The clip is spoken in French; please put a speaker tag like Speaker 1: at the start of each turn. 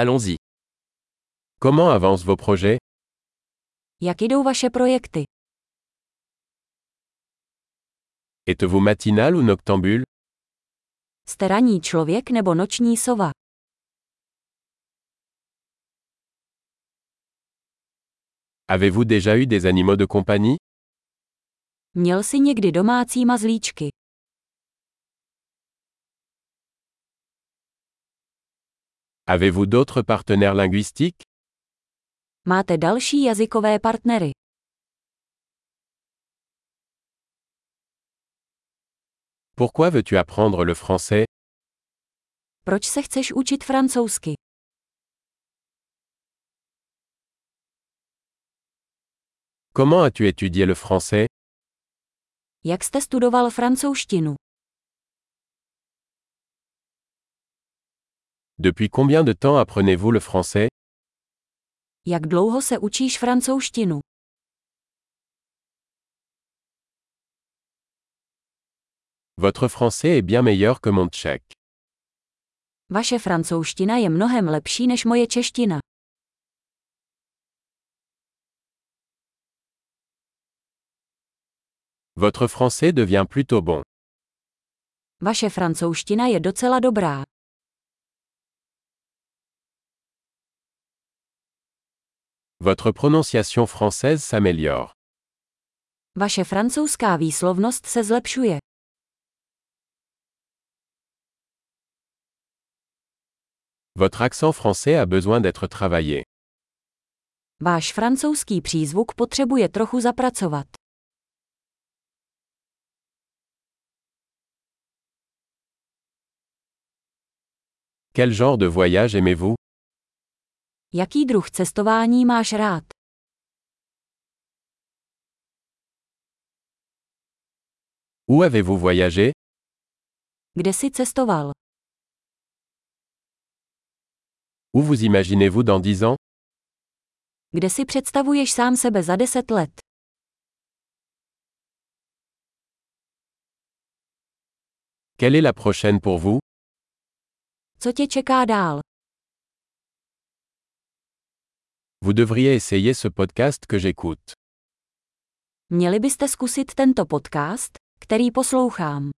Speaker 1: Allons-y. Comment avancent vos projets
Speaker 2: Jak jdou vaše projekty?
Speaker 1: Êtes-vous matinal ou noctambule
Speaker 2: Jste ranní člověk nebo noční sova?
Speaker 1: Avez-vous déjà eu des animaux de compagnie
Speaker 2: Měl jsi někdy domácí mazlíčky?
Speaker 1: Avez-vous d'autres partenaires linguistiques
Speaker 2: Máte další jazykové partnery?
Speaker 1: Pourquoi veux-tu apprendre le français
Speaker 2: Proč se chceš učit francouzsky?
Speaker 1: Comment as-tu étudié le français
Speaker 2: Jak jste studoval francouzštinu?
Speaker 1: Depuis combien de temps apprenez-vous le français
Speaker 2: Jak dlouho se učíš francouzštinu?
Speaker 1: Votre français est bien meilleur que mon tchèque.
Speaker 2: Vaše francouzština je mnohem lepší než moje čeština.
Speaker 1: Votre français devient plutôt bon.
Speaker 2: Vaše francouzština je docela dobrá.
Speaker 1: Votre prononciation française s'améliore.
Speaker 2: Vaše francouzská výslovnost se zlepšuje.
Speaker 1: Votre accent français a besoin d'être travaillé.
Speaker 2: Váš francouzský přízvuk potřebuje trochu zapracovat.
Speaker 1: Quel genre de voyage aimez-vous
Speaker 2: Jaký druh cestování máš rád?
Speaker 1: Où avez-vous voyagé
Speaker 2: Kde jsi cestoval?
Speaker 1: Où vous imaginez-vous dans 10 ans
Speaker 2: Kde si představuješ sám sebe za deset let?
Speaker 1: Quelle est la prochaine pour vous
Speaker 2: Co tě čeká dál?
Speaker 1: Vous devriez essayer ce podcast que j'écoute.
Speaker 2: Měli byste zkusit tento podcast, který poslouchám.